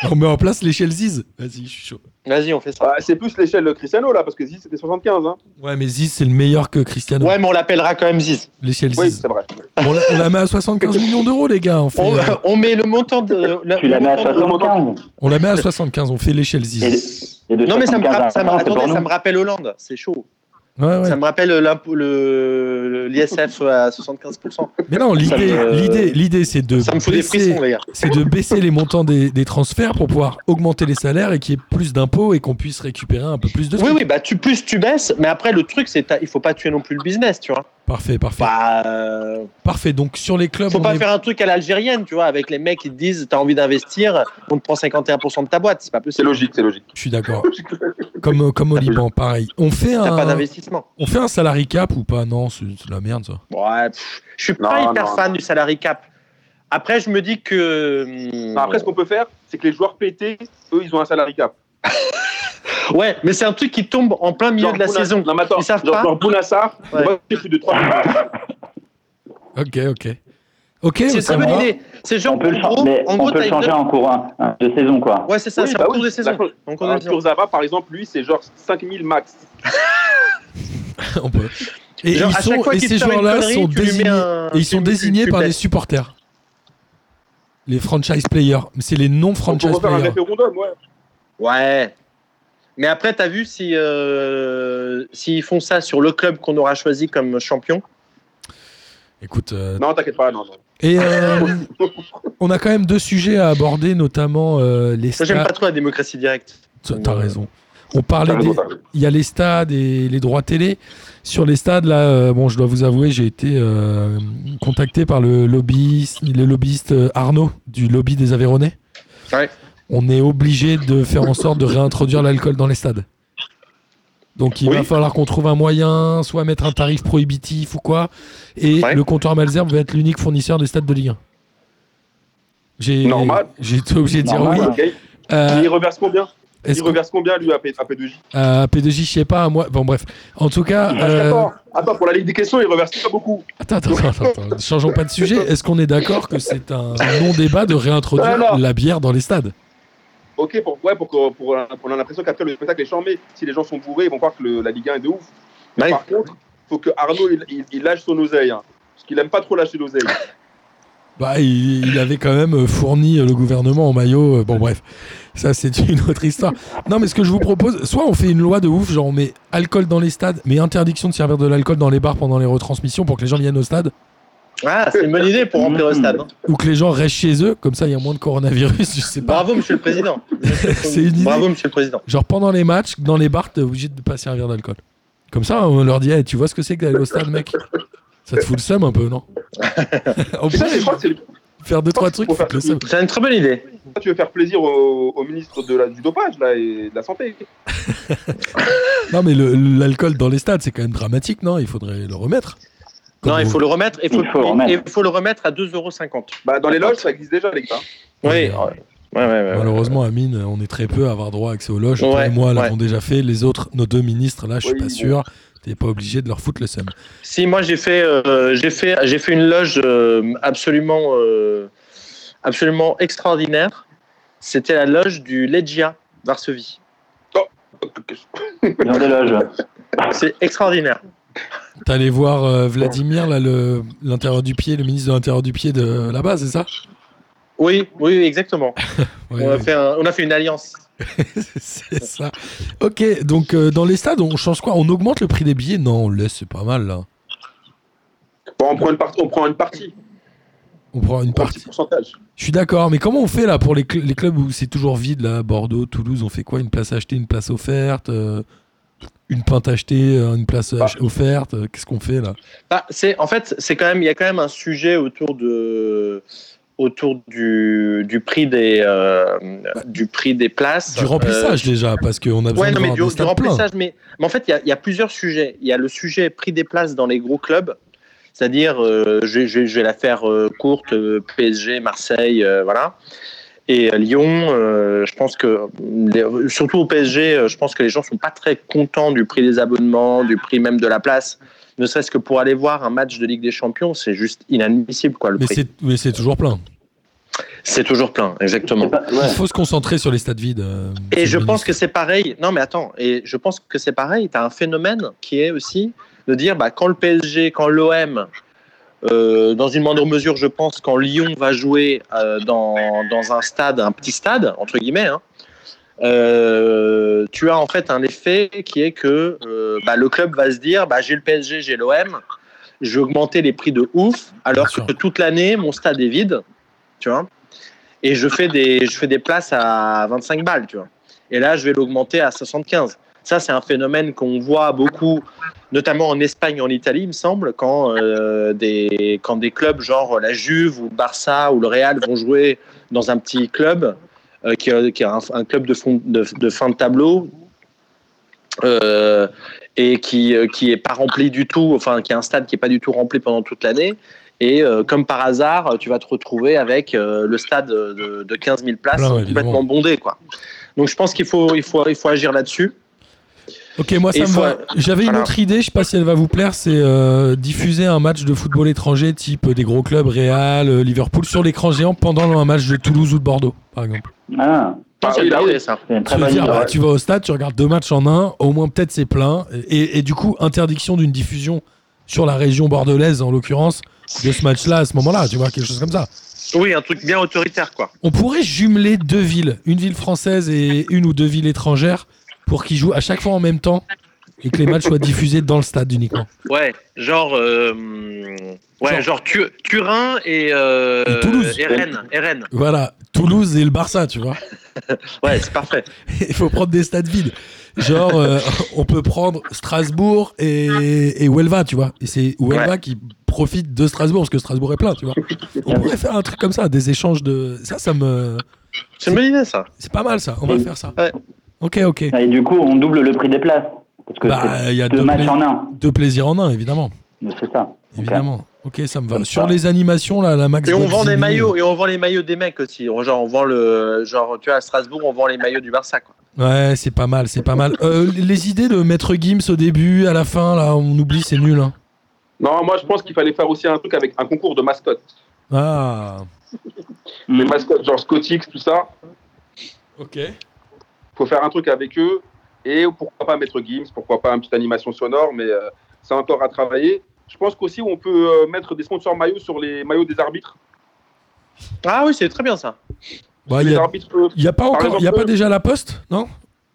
S4: On met en place l'échelle Ziz. Vas-y, je suis chaud.
S5: Vas-y, on fait ça.
S2: Ah, c'est plus l'échelle de Cristiano, là, parce que si c'était 75. Hein.
S4: Ouais, mais Ziz, c'est le meilleur que Cristiano.
S5: Ouais, mais on l'appellera quand même Ziz.
S4: L'échelle
S2: Oui,
S4: Ziz.
S2: c'est vrai.
S4: On, la, on la met à 75 millions d'euros, les gars. On, fait-
S5: On,
S4: euh,
S5: on met le montant de. le-
S6: Tu la mets à
S5: montant de-
S6: 75
S4: on la met à 75. On fait l'échelle Ziz.
S6: et de
S5: Non, mais ça me,
S6: 75 à
S5: rapp- ça me-
S6: 100, c'est pour
S5: attendez,
S6: nous.
S5: ça me rappelle Hollande. C'est chaud.
S4: Ouais, ouais.
S5: Ça me rappelle l'impôt- le- l'ISF à 75%.
S4: Mais non, l'idée,
S5: me-
S4: l'idée, l'idée, c'est de
S5: Ça me fout des
S4: baisser,
S5: frissons, les gars.
S4: c'est de baisser les montants des, des transferts pour pouvoir augmenter les salaires et qu'il y ait plus d'impôts et qu'on puisse récupérer un peu plus de.
S5: Oui,
S4: fric.
S5: oui, bah tu plus tu baisses, mais après le truc c'est t'as- il faut pas tuer non plus le business, tu vois.
S4: Parfait, parfait.
S5: Bah, euh,
S4: Parfait. Donc sur les clubs,
S5: faut
S4: on
S5: pas
S4: est-
S5: faire un truc à l'algérienne, tu vois, avec les mecs qui te disent t'as envie d'investir, on te prend 51% de ta boîte, c'est pas
S2: C'est
S5: possible.
S2: logique, c'est logique.
S4: je suis d'accord. comme euh, comme au Liban, pareil. On fait
S5: T'as pas
S4: un
S5: d'investissement.
S4: on fait un salary cap ou pas Non, c'est c'est de la merde ça.
S5: Ouais, pff, je suis pas
S2: Non,
S5: hyper
S2: non,
S5: fan du salary cap. Après, je me dis que. hum,
S2: Après, ce qu'on peut faire, c'est que les joueurs pétés, eux, ils ont un salarié cap.
S5: ouais, mais c'est un truc qui tombe en plein milieu
S2: Genre
S5: de la
S2: Bouna-
S5: saison.
S2: Non, mais attends,
S5: Ils savent
S2: genre,
S5: pas.
S2: genre Bounassar,
S5: Ouais.
S2: moi, j'ai plus de 3 minutes.
S4: Ok, ok, ok.
S5: C'est une
S4: ça
S5: très
S4: me
S5: bonne
S4: va.
S5: idée. C'est genre,
S6: On peut le,
S5: en
S6: changer,
S5: gros,
S6: mais
S5: en
S6: on
S5: gros,
S6: peut le
S5: t'as une
S6: changer
S5: note-
S6: en cours hein, hein, de saison, quoi.
S5: Ouais, c'est ça,
S2: Oui,
S5: c'est
S2: bah
S5: en cours
S2: oui.
S5: de saison.
S2: D'accord.
S5: En cours de
S2: Alors,
S5: saison.
S2: Kurzawa, par exemple, lui, c'est genre 5000 max.
S4: On peut. Et,
S5: Genre,
S4: ils
S5: à
S4: sont-
S5: chaque fois
S4: et
S5: qu'il
S4: ces
S5: te fait une
S4: joueurs-là
S5: connerie,
S4: sont
S5: tu lui mets
S4: désignés,
S5: un-
S4: et ils
S5: tu-
S4: sont
S5: tu-
S4: désignés
S5: tu
S4: par
S5: plais.
S4: les supporters. Les franchise players, mais c'est les
S2: On peut
S4: non-franchise
S2: refaire un
S4: players.
S2: référendum, ouais.
S5: Ouais. Mais après, t'as vu si euh, s'ils font ça sur le club qu'on aura choisi comme champion.
S4: Écoute, euh,
S2: Non, t'inquiète pas, non. non.
S4: et euh, on a quand même deux sujets à aborder, notamment euh, les
S5: Moi, j'aime
S4: stades.
S5: pas trop la démocratie directe.
S4: T'as raison. On parlait
S2: T'as
S4: des,
S2: raison, t'as raison.
S4: il y a les stades et les droits télé. Sur les stades, là, euh, bon, je dois vous avouer, j'ai été euh, contacté par le lobbyiste, le lobbyiste euh, Arnaud du lobby des Aveyronais.
S5: Ouais.
S4: On est obligé de faire en sorte de réintroduire l'alcool dans les stades. Donc il va
S5: Oui.
S4: falloir qu'on trouve un moyen, soit mettre un tarif prohibitif ou quoi. Et
S5: Ouais.
S4: le comptoir Malzerbe va être l'unique fournisseur des stades de Ligue 1. J'ai
S2: Normal.
S4: j'ai été obligé de dire
S6: Normal.
S4: oui.
S2: Ok.
S4: Euh,
S2: Il reverse combien
S4: est-ce
S2: Il reverse combien, lui, à, P- à P2J
S4: Euh, P2J, je sais pas, moi. Bon, bref. En tout cas.
S2: Parce
S4: euh,
S2: qu'attends, Attends, pour la Ligue des questions, il reverse pas beaucoup.
S4: Attends, attends, attends, attends. Changeons pas de sujet. Est-ce qu'on est d'accord que c'est un non-débat de réintroduire
S2: Non, non.
S4: la bière dans les stades
S2: Ok, pour, ouais, pour, que- pour, on a l'impression qu'après le spectacle est charmé. Si les gens sont bourrés, ils vont croire que le- la Ligue 1 est de ouf.
S5: Ouais.
S2: Par contre, faut que Arnaud, il, il- il lâche son oseille. hein. Parce qu'il aime pas trop lâcher l'oseille.
S4: Bah, il, il avait quand même fourni le gouvernement en maillot. Euh, Bon, bref. Ça, c'est une autre histoire. Non, mais ce que je vous propose, soit on fait une loi de ouf, genre on met alcool dans les stades, mais interdiction de servir de l'alcool dans les bars pendant les retransmissions pour que les gens viennent au stade,
S5: Ah, c'est une bonne idée pour remplir
S6: Mm.
S5: le stade. hein.
S4: ou que les gens restent chez eux, comme ça il y a moins de coronavirus, je sais pas.
S5: Bravo, monsieur le président.
S4: C'est une idée.
S5: Bravo, monsieur le président.
S4: Genre pendant les matchs, dans les bars, t'es obligé de pas servir d'alcool. Comme ça, on leur dit, Eh, tu vois ce que c'est que d'aller au stade, mec Ça te fout le seum un peu, non On
S2: Et ça,
S4: pourrait
S2: je crois que c'est le-
S4: faire deux, trois trucs qui
S2: Faut faire
S4: foutent le seum.
S5: C'est une très bonne idée.
S2: tu veux faire plaisir au, au ministre de la- du dopage là, et de la santé.
S4: Non, mais le- l'alcool dans les stades, c'est quand même dramatique, non Il faudrait le remettre. Comme
S5: non, il
S4: vous-
S5: faut le remettre. Il faut,
S6: Il faut le remettre.
S5: et faut le remettre à 2,50€.
S2: Bah, dans les loges, ça existe déjà, les gars.
S5: Oui.
S4: Ouais,
S5: Ouais, ouais, ouais. ouais.
S4: Malheureusement, Amine, on est très peu à avoir droit à accès aux loges. Toi
S5: Ouais,
S4: et moi l'avons
S5: ouais.
S4: déjà fait. Les autres, nos deux ministres, là, je suis
S2: Oui,
S4: pas
S2: bon.
S4: sûr. T'es pas obligé de leur foutre le seum.
S5: Si, moi, j'ai fait, euh, j'ai fait, j'ai fait une loge euh, absolument, euh, absolument extraordinaire. C'était la loge du Legia, Varsovie.
S6: Dans des loges.
S5: C'est extraordinaire.
S4: T'allais voir euh, Vladimir, là, le- l'intérieur du pied, le ministre de l'intérieur du pied de là-bas, c'est ça
S5: Oui, oui, exactement.
S4: Ouais,
S5: on, a
S4: ouais.
S5: fait un- on a fait une alliance.
S4: C'est ça. Ok, donc euh, dans les stades, on change quoi On augmente le prix des billets Non, on le laisse, c'est pas mal là.
S2: Bon, on, prend une partie, on prend une partie,
S4: On prend une
S2: un petit
S4: partie.
S2: pourcentage.
S4: Je suis d'accord, mais comment on fait là pour les, cl- les clubs où c'est toujours vide là Bordeaux, Toulouse, on fait quoi Une place achetée, une place offerte euh, Une pinte achetée, euh, une place ach- offerte euh, Qu'est-ce qu'on fait là
S5: Bah, c'est en fait, c'est quand même, il y a quand même un sujet autour de autour du, du prix des euh, du prix des places
S4: Du remplissage déjà, parce qu'on a
S5: Euh,
S4: besoin
S5: ouais, non, mais
S4: d'avoir
S5: du,
S4: des
S5: du
S4: stades pleins.
S5: remplissage, mais, mais en fait, il y a- il y, a plusieurs sujets. Il y a le sujet prix des places dans les gros clubs, c'est-à-dire, euh, je, je- je vais la faire euh, courte, euh, PSG, Marseille, euh, voilà. Et euh, Lyon, euh, je pense que, les- surtout au PSG, euh, je pense que les gens sont pas très contents du prix des abonnements, du prix même de la place. Ne serait-ce que pour aller voir un match de Ligue des Champions, c'est juste inadmissible, quoi, le
S4: Mais
S5: prix.
S4: c'est- Mais c'est toujours plein.
S5: C'est toujours plein, exactement.
S6: C'est pas- ouais.
S4: Il faut se concentrer sur les stades vides. euh,
S5: Et
S4: monsieur
S5: je
S4: le
S5: pense
S4: ministre.
S5: que c'est pareil. Non, mais attends. Et je pense que c'est pareil. Tu as un phénomène qui est aussi de dire bah, quand le PSG, quand l'OM, euh, dans une moindre mesure, je pense, quand Lyon va jouer euh, dans, dans un stade, un petit stade, entre guillemets, hein, euh, tu as en fait un effet qui est que euh, bah, le club va se dire bah, j'ai le PSG, j'ai l'OM, je vais augmenter les prix de ouf, alors
S4: Bien sûr.
S5: que toute l'année, mon stade est vide, tu vois. Et je fais, des, je fais des places à 25 balles, tu vois. Et là, je vais l'augmenter à 75. Ça, c'est un phénomène qu'on voit beaucoup, notamment en Espagne, en Italie, il me semble, quand, euh, des, quand des clubs genre la Juve ou le Barça ou le Real vont jouer dans un petit club, euh, qui, est- qui est un, un club de, fond- de, de fin de tableau, euh, et qui euh, qui est pas rempli du tout, enfin, qui est un stade qui est pas du tout rempli pendant toute l'année. Et euh, comme par hasard, tu vas te retrouver avec euh, le stade de, de 15 000 places
S4: Ah ouais,
S5: complètement
S4: évidemment.
S5: bondé. Quoi. Donc je pense qu'il faut, il faut, il faut agir là-dessus.
S4: Ok, moi ça
S5: Et
S4: me
S5: faut-
S4: va. J'avais une
S5: voilà.
S4: autre idée, je sais pas si elle va vous plaire, c'est euh, diffuser un match de football étranger type euh, des gros clubs, Real, euh, Liverpool, sur l'écran géant pendant un match de Toulouse ou de Bordeaux, par exemple.
S6: Ah,
S2: Ah
S5: C'est
S2: oui,
S5: une
S2: là,
S5: bonne
S2: oui.
S5: idée, ça.
S6: c'est une
S4: Se
S6: très bonne
S4: dire,
S6: idée.
S4: bah,
S2: ouais.
S4: tu vas au stade, tu regardes deux matchs en un, au moins peut-être c'est plein, et, et du coup interdiction d'une diffusion sur la région bordelaise en l'occurrence de ce match-là à ce moment-là, tu vois, quelque chose comme ça.
S5: Oui, un truc bien autoritaire, quoi.
S4: On pourrait jumeler deux villes, une ville française et une ou deux villes étrangères, pour qu'ils jouent à chaque fois en même temps et que les matchs soient diffusés dans le stade uniquement.
S5: Ouais, genre, euh, ouais, genre, Tu- Turin et, euh,
S4: Et Toulouse.
S5: et Rennes. et Rennes.
S4: Voilà, Toulouse et le Barça, tu vois.
S5: Ouais, c'est parfait.
S4: Il faut prendre des stades vides. Genre, euh, on peut prendre Strasbourg et, et Huelva, tu vois. Et c'est Huelva qui profite de Strasbourg, parce que Strasbourg est plein, tu vois. On pourrait faire un truc comme ça, des échanges de... Ça, ça me...
S5: C'est une bonne idée, ça.
S4: C'est pas mal, ça. On va faire ça.
S5: Ouais.
S4: Ok, ok.
S6: Et du coup, on double le prix des places. Parce que
S4: Bah, il y a
S5: euh,
S6: c'est deux
S4: deux,
S6: matchs
S4: pla-
S6: en un.
S4: deux plaisirs en un, évidemment.
S6: Mais C'est ça.
S4: Évidemment. Ok, ça me va.
S6: Comme
S4: Sur
S6: ça.
S4: les animations, là, la Max...
S5: Et on vend
S4: Gozzini,
S5: des maillots, et on vend les maillots des mecs aussi. Genre, on vend le, genre, tu vois, à Strasbourg, on vend les maillots du Barça, quoi.
S4: Ouais, c'est pas mal, c'est pas mal. Euh, les idées de Maître Gims au début, à la fin, là, on oublie, c'est nul. hein.
S2: Non, moi je pense qu'il fallait faire aussi un truc avec un concours de mascottes.
S4: Ah... Mm.
S2: Les mascottes, genre Scotix, tout ça.
S4: Ok.
S2: faut faire un truc avec eux. Et pourquoi pas mettre Gims, pourquoi pas une petite animation sonore, mais euh, c'est encore à travailler. Je pense qu'aussi on peut euh, mettre des sponsors maillots sur les maillots des arbitres.
S5: Ah oui, c'est très bien, ça.
S4: Bah, il
S2: les
S4: y a
S2: arbitres, eux,
S4: Il n'y a pas encore,
S2: exemple,
S4: il y a
S5: euh,
S4: pas
S2: eux-
S4: déjà la poste, non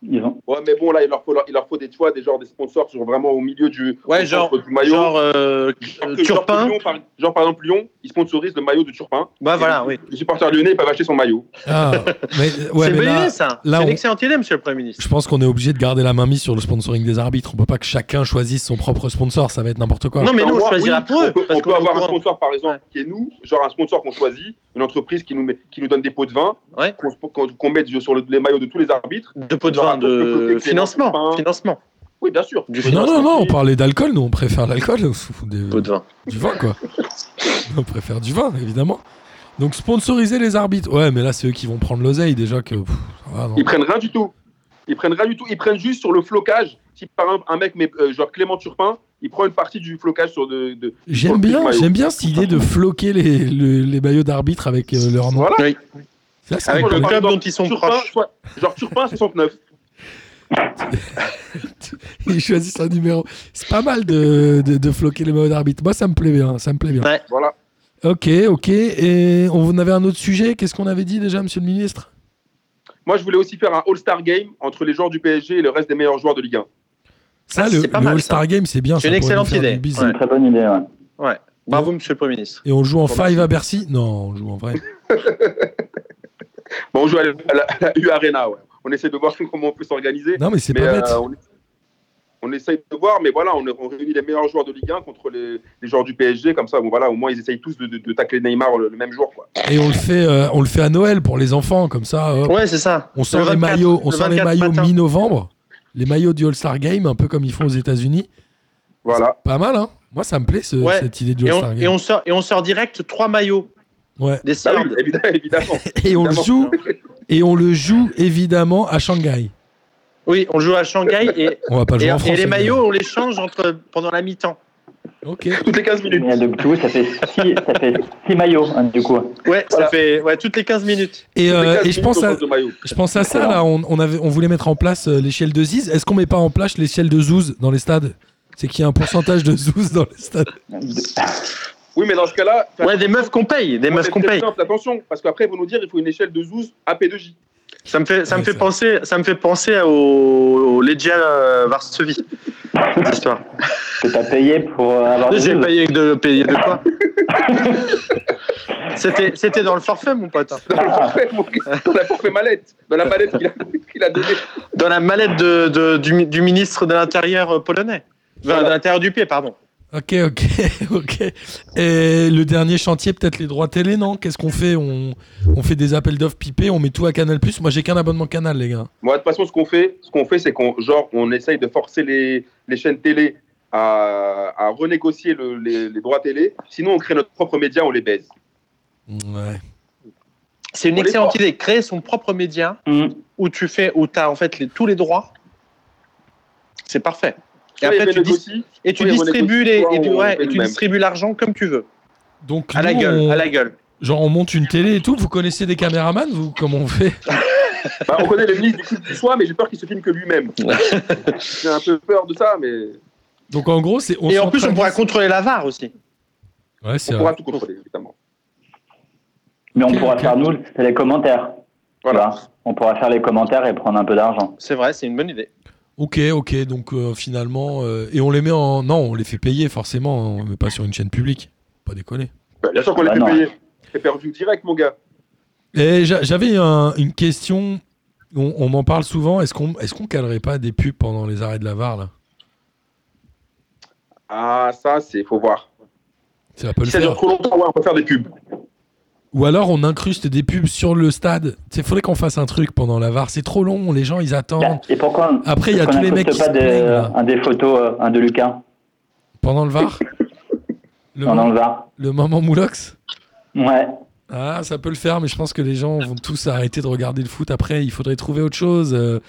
S6: Ils ont...
S2: ouais, mais bon là il leur faut, il leur faut des, tu vois, des genres des sponsors sur vraiment au milieu du,
S5: Ouais,
S2: au
S5: genre,
S2: centre du maillot.
S5: genre, euh,
S2: Genre que- genre que
S5: Turpin.
S2: Lyon, par, genre, par exemple Lyon, ils sponsorisent le maillot de Turpin.
S5: Bah voilà, oui.
S2: Les supporters lyonnais ils peuvent acheter son maillot.
S4: Ah, mais, euh, ouais, mais
S5: c'est une bonne
S4: là,
S5: idée, ça.
S4: là,
S5: c'est
S4: on-
S5: une excellente idée, monsieur le Premier ministre.
S4: je pense qu'on est obligé de garder la main mise sur le sponsoring des arbitres. On peut pas que chacun choisisse son propre sponsor, ça va être n'importe quoi.
S5: Non, mais
S2: Enfin,
S5: nous, on
S2: moi,
S5: choisira
S2: oui,
S5: pour eux.
S2: On peut,
S5: parce
S2: on peut
S5: qu'on est au
S2: avoir un
S5: courant.
S2: sponsor, par exemple, qui est nous, genre un sponsor qu'on choisit, une entreprise qui nous, met- qui nous donne des pots de vin,
S5: Ouais.
S2: qu'on qu'on- qu'on met sur le- les maillots de tous les arbitres.
S5: De pot de
S2: Genre,
S5: vin,
S2: un peu plus
S5: de
S2: Bah, côté
S5: financement.
S2: Clément.
S5: Financement.
S2: Oui, bien sûr.
S5: Du
S4: Mais non, non,
S5: financement.
S4: non, on parlait d'alcool, nous on préfère l'alcool, on se fout des-
S5: Pot de vin.
S4: du vin quoi. on préfère du vin, évidemment. Donc sponsoriser les arbitres. Ouais, mais là c'est eux qui vont prendre l'oseille déjà que. pff, ah, non.
S2: Ils prennent rien du tout. Ils prennent rien du tout. Ils prennent juste sur le flocage. Si par exemple un mec, mais, euh, genre Clément Turpin, il prend une partie du flocage sur de. de-
S4: J'aime bien, j'aime bien cette idée de floquer les, le- les maillots d'arbitres avec euh, leur nom.
S2: Voilà.
S5: Oui.
S4: Ça, c'est
S5: Avec
S4: un peu-
S5: le
S2: Par
S5: club
S2: exemple,
S5: dont ils sont
S2: Turpin,
S5: proches.
S2: soit- genre Turpin 69.
S4: Ils choisissent un numéro. C'est pas mal de, de, de floquer les maillots d'arbitre. Moi ça me plaît bien, ça me plaît bien.
S2: Voilà.
S4: Ok, ok. Et on avait un autre sujet. Qu'est-ce qu'on avait dit déjà, monsieur le ministre
S2: Moi, je voulais aussi faire un All-Star Game entre les joueurs du PSG et le reste des meilleurs joueurs de Ligue 1.
S4: Ça,
S5: Ah,
S4: le,
S5: c'est pas
S4: le
S5: mal,
S4: All-Star Game, c'est bien.
S5: C'est
S4: ça
S5: une
S4: pourrait nous
S5: excellente
S4: faire
S5: idée.
S4: du bise.
S6: C'est une très bonne idée, ouais.
S5: Bravo, monsieur le Premier ministre.
S4: Et on joue en
S2: Bon, bah.
S4: five à Bercy Non, on joue en vrai.
S2: Bon, on joue à la, à la- à la U Arena. ouais. On essaie de voir comment on peut s'organiser.
S4: Non, mais c'est
S2: Mais
S4: pas
S2: euh,
S4: bête.
S2: on, on essaye de voir, mais voilà, on, on réunit les meilleurs joueurs de Ligue 1 contre les, les joueurs du PSG, comme ça, bon, voilà, au moins ils essayent tous de, de- de tacler Neymar le, le même jour. Quoi.
S4: Et on le fait, euh, on le fait à Noël pour les enfants, comme ça. hop.
S5: Ouais, c'est ça.
S4: On sort
S5: Le
S4: les
S5: 24,
S4: maillots, on
S5: le
S4: sort les
S5: 24
S4: maillots
S5: matin.
S4: mi-novembre, les maillots du All-Star Game, un peu comme ils font aux États-Unis.
S2: Voilà.
S4: Pas mal, hein Moi, ça me plaît ce-
S5: Ouais.
S4: cette idée du
S5: Et
S4: All-Star
S5: on, et
S4: Game.
S5: on sort, et on sort direct trois maillots.
S4: Ouais.
S5: Des
S2: Bah
S5: sœurs.
S2: oui, évidemment. évidemment.
S4: Et on le
S2: Évidemment.
S4: joue, et on le joue évidemment à Shanghai.
S5: Oui, on joue à Shanghai et,
S4: On va pas le
S5: et,
S4: jouer en
S5: et
S4: France.
S5: les
S4: évidemment.
S5: maillots, on les change entre, pendant la mi-temps.
S4: Ok.
S2: Toutes les 15 minutes.
S6: Mais donc, du coup, ça fait six, ça fait six maillots, hein, du coup.
S5: Ouais,
S2: Voilà.
S5: ça fait ouais, toutes les 15 minutes.
S4: Et,
S2: Toutes les
S4: euh,
S2: 15
S4: et je pense
S2: minutes, on
S4: à,
S2: change de maillot.
S4: Je pense à ça, là. On, on avait, on voulait mettre en place euh, l'échelle de Ziz. Est-ce qu'on met pas en place l'échelle de Zouz dans les stades C'est qu'il y a un pourcentage de Zouz dans les stades.
S2: Oui, mais dans ce cas-là,
S5: Ouais, des meufs qu'on paye, des
S2: faut
S5: meufs
S2: être
S5: qu'on
S2: très
S5: paye.
S2: simple, attention, parce qu'après ils vont nous dire il faut une échelle de Zouz à P2J.
S5: Ça me fait, ça me
S4: Ouais,
S5: fait
S4: ça.
S5: penser, ça me fait penser au, au Legia euh, Varsovie. Cette histoire.
S6: Que t'as payé pour euh, avoir des
S5: J'ai
S6: news.
S5: payé de, payé de quoi C'était, c'était dans le forfait, mon pote.
S6: Ah,
S2: Dans le forfait, mon- dans la forfait mallette, dans la mallette qu'il a, qu'il a donnée.
S5: dans la mallette de- de- du, mi- du ministre de l'Intérieur euh, polonais. Enfin, de l'Intérieur du pied, pardon.
S4: Ok, ok, ok. Et le dernier chantier, peut-être les droits télé, non Qu'est-ce qu'on fait on, on fait des appels d'offres pipés, on met tout à Canal+. Moi, j'ai qu'un abonnement Canal, les gars.
S2: Moi, de toute façon, ce qu'on fait, ce qu'on fait, c'est qu'on genre on essaye de forcer les, les chaînes télé à, à renégocier le- les, les droits télé. Sinon, on crée notre propre média, on les baise.
S4: Ouais.
S5: C'est une
S2: On est
S5: excellente
S2: fort.
S5: idée. Créer son propre média
S6: Hum.
S5: où tu fais, où as en fait les- tous les droits. C'est parfait. Et
S2: Soit ils
S5: après, tu, dis-
S2: renégocient,
S5: et tu
S2: soit ils
S5: distribues les,
S2: renégocient,
S5: et tu,
S2: soit on
S5: ouais,
S2: fait
S5: et
S2: le
S5: tu
S2: même.
S5: distribues l'argent comme tu veux.
S4: Donc,
S5: À la
S4: nous,
S5: gueule,
S4: Ah on-
S5: à la gueule.
S4: genre, on monte une télé et tout. Vous connaissez des caméramans, vous Comment on fait
S2: Bah, on connaît le ministre du culte du soir, mais j'ai peur qu'il se filme que lui-même. j'ai un peu peur de ça, mais
S4: Donc, en gros, c'est... on
S5: Et en plus, on pourra
S4: centralise-
S5: contrôler la VAR aussi.
S4: Ouais, c'est
S2: on
S4: vrai.
S2: pourra tout contrôler, évidemment.
S6: Mais on
S4: Ok,
S6: pourra
S4: ok.
S6: faire, nous, les commentaires.
S2: Voilà.
S6: Tu vois. On pourra faire les commentaires et prendre un peu d'argent.
S5: C'est vrai, c'est une bonne idée.
S4: Ok, ok. Donc, euh, finalement... euh, et on les met en... Non, on les fait payer, forcément. On met pas sur une chaîne publique. Pas déconner.
S2: Bah, bien sûr qu'on les
S6: Ah,
S2: fait
S6: non.
S2: payer. C'est perdu direct, mon gars.
S4: Et j'a- j'avais un- une question. On, on m'en parle souvent. Est-ce qu'on est qu'on calerait pas des pubs pendant les arrêts de la VAR, là
S2: Ah, ça, c'est faut voir.
S4: Ça peut le
S2: Si ça dure
S4: faire.
S2: trop longtemps, ouais, on peut faire des pubs.
S4: Ou alors on incruste des pubs sur le stade. Il faudrait qu'on fasse un truc pendant la VAR. C'est trop long, les gens ils attendent.
S6: Et pourquoi on-
S4: Après, il y a
S6: pourquoi
S4: tous
S6: on
S4: les mecs
S6: n'incruste
S4: qui se
S6: pas des-
S4: plaignent, là.
S6: un des photos, euh, un de Lucas,
S4: Pendant le VAR le,
S6: pendant
S4: mo-
S6: le VAR.
S4: le moment Moulox
S6: Ouais.
S4: Ah, ça peut le faire, mais je pense que les gens vont tous arrêter de regarder le foot après. Il faudrait trouver autre chose. euh.